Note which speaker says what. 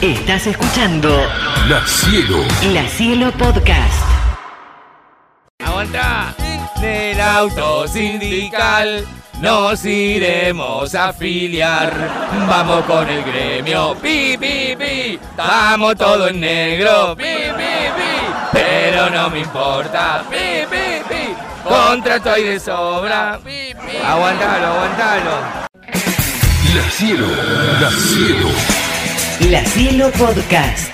Speaker 1: Estás escuchando
Speaker 2: La Cielo.
Speaker 1: La Cielo Podcast.
Speaker 3: Aguanta del auto sindical. Nos iremos a afiliar. Vamos con el gremio. Pi, pi, pi. Vamos todo en negro. Pi, pi, pi. Pero no me importa. Pi, pi, pi. Contrato hay de sobra. Pi, pi. Aguantalo, aguantalo.
Speaker 2: La Cielo. La Cielo.
Speaker 1: La Cielo Podcast.